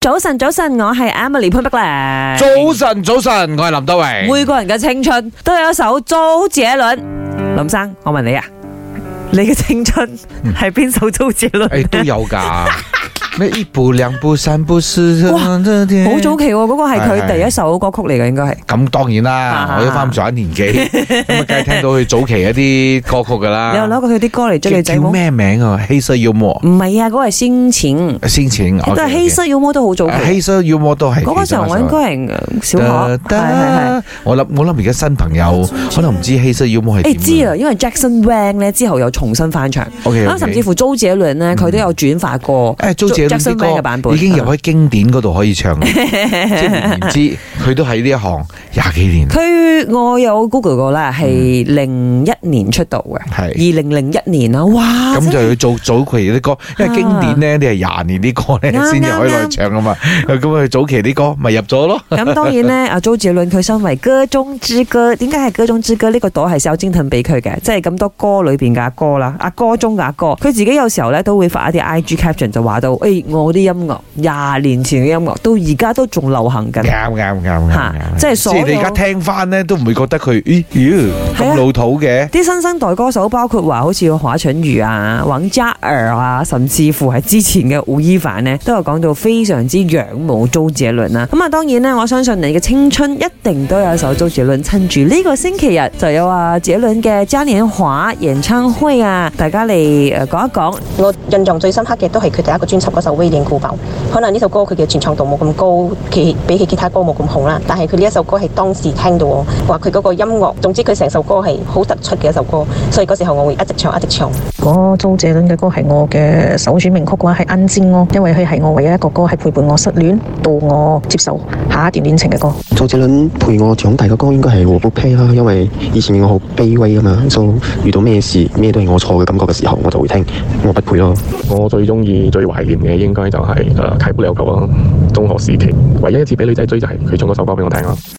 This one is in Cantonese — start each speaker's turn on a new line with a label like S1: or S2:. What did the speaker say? S1: 早晨，早晨，我係 Emily 潘碧
S2: 早晨，早晨，我係林德
S1: 玲。
S2: 榮。
S1: 每個人嘅青春都有一首周杰倫。林生，我問你啊，你嘅青春
S2: 嗯
S1: 係邊首周杰倫？
S2: 誒哎都有 㗎，咩一步兩步三步四，
S1: 哇
S2: 哎
S1: 好早期喎，嗰個係佢第一首歌曲嚟嘅，應該係。
S2: 咁當然
S1: 啊
S2: 啦，我都翻咁上 下年紀，咁啊梗係聽到佢早期一啲歌曲㗎
S1: 你有攞
S2: 啦。
S1: 過佢啲歌嚟追女仔
S2: 啊叫
S1: 冇？
S2: 咩名啊？黑色幽默，
S1: 唔係啊，嗰個係先前，
S2: 先前
S1: 都係黑色妖魔都好早期。
S2: 黑色幽默都係
S1: 嗰個時候我應該係小學，係係係。哦
S2: 得，我諗我諗而家新朋友可能唔知黑色幽默係
S1: 誒
S2: 點。啊
S1: 知啊啦，因為 Jackson Wang 咧之後又重新翻唱，
S2: ，OK，
S1: 啊甚至乎周杰倫咧佢都有轉發過。
S2: 誒租借呢
S1: Jackson
S2: 啲
S1: Wang 嘅版
S2: 歌
S1: 本
S2: 已經入喺經典嗰度可以唱啦， 即係換言 之，佢都喺呢一行廿幾年，
S1: 佢我有 Google 過啦，係零一年出道嘅，二
S2: 嗯係
S1: 零零一年啊，哇！真係啊
S2: 咁就要做早期啲歌，因為經典咧，你係廿年啲歌咧
S1: 啱
S2: 先至可以
S1: 啱啱
S2: 攞去唱噶啊嘛，咁佢早期啲歌咪入咗咯。
S1: 咁當 然咧，阿周杰倫佢身為歌中之歌，點解係歌中之歌呢個朵係小精騰俾佢嘅？即係咁多歌裏邊嘅阿哥啦，阿哥中嘅阿哥，佢自己有時候咧都會發一啲 IG caption 就話到，誒、我啲音樂廿年前嘅音樂到而家都仲流行緊
S2: 啱。啱啱啱
S1: 嚇
S2: 啱，
S1: 即係所有
S2: 你而家聽翻咧，都唔會覺得佢，咦，妖
S1: 係啊
S2: 咁老土嘅。
S1: 啲新生代歌手包括話好似華晨宇啊、王嘉爾啊，甚至乎係之前嘅吳亦凡呢，都有講到非常之仰慕周杰倫啦。咁啊，當然呢，我相信你嘅青春一定都有一首周杰倫。趁住呢個星期日就有啊杰倫嘅嘉年華演唱會啊，大家嚟誒講一講。
S3: 我印象最深刻嘅都係佢第一個專輯嗰首《威廉古堡》，可能呢首歌佢嘅傳唱度冇咁高，其比起其他歌冇咁紅啦。但係佢呢一首歌係當時聽到我話佢嗰個音樂，總之佢成首歌係好突出嘅一首歌，所以嗰時候我會一直唱一直唱。
S4: 如果周杰倫嘅歌係我嘅首選名曲嘅話，係《恩煎》咯，因為佢係我唯一一個歌係陪伴我失戀到我接受下一段戀情嘅歌。
S5: 周杰倫陪我長大嘅歌應該係《我不配》啦，因為以前我好卑微啊嘛，所以遇到咩事咩都係我錯嘅感覺嘅時候，我就會聽《我不配》咯。
S6: 我最中意、最懷念嘅應呃該就係、誒《啟不了舊》啦，中學時期唯一一次俾女仔追就係佢唱嗰首歌俾我聽啦。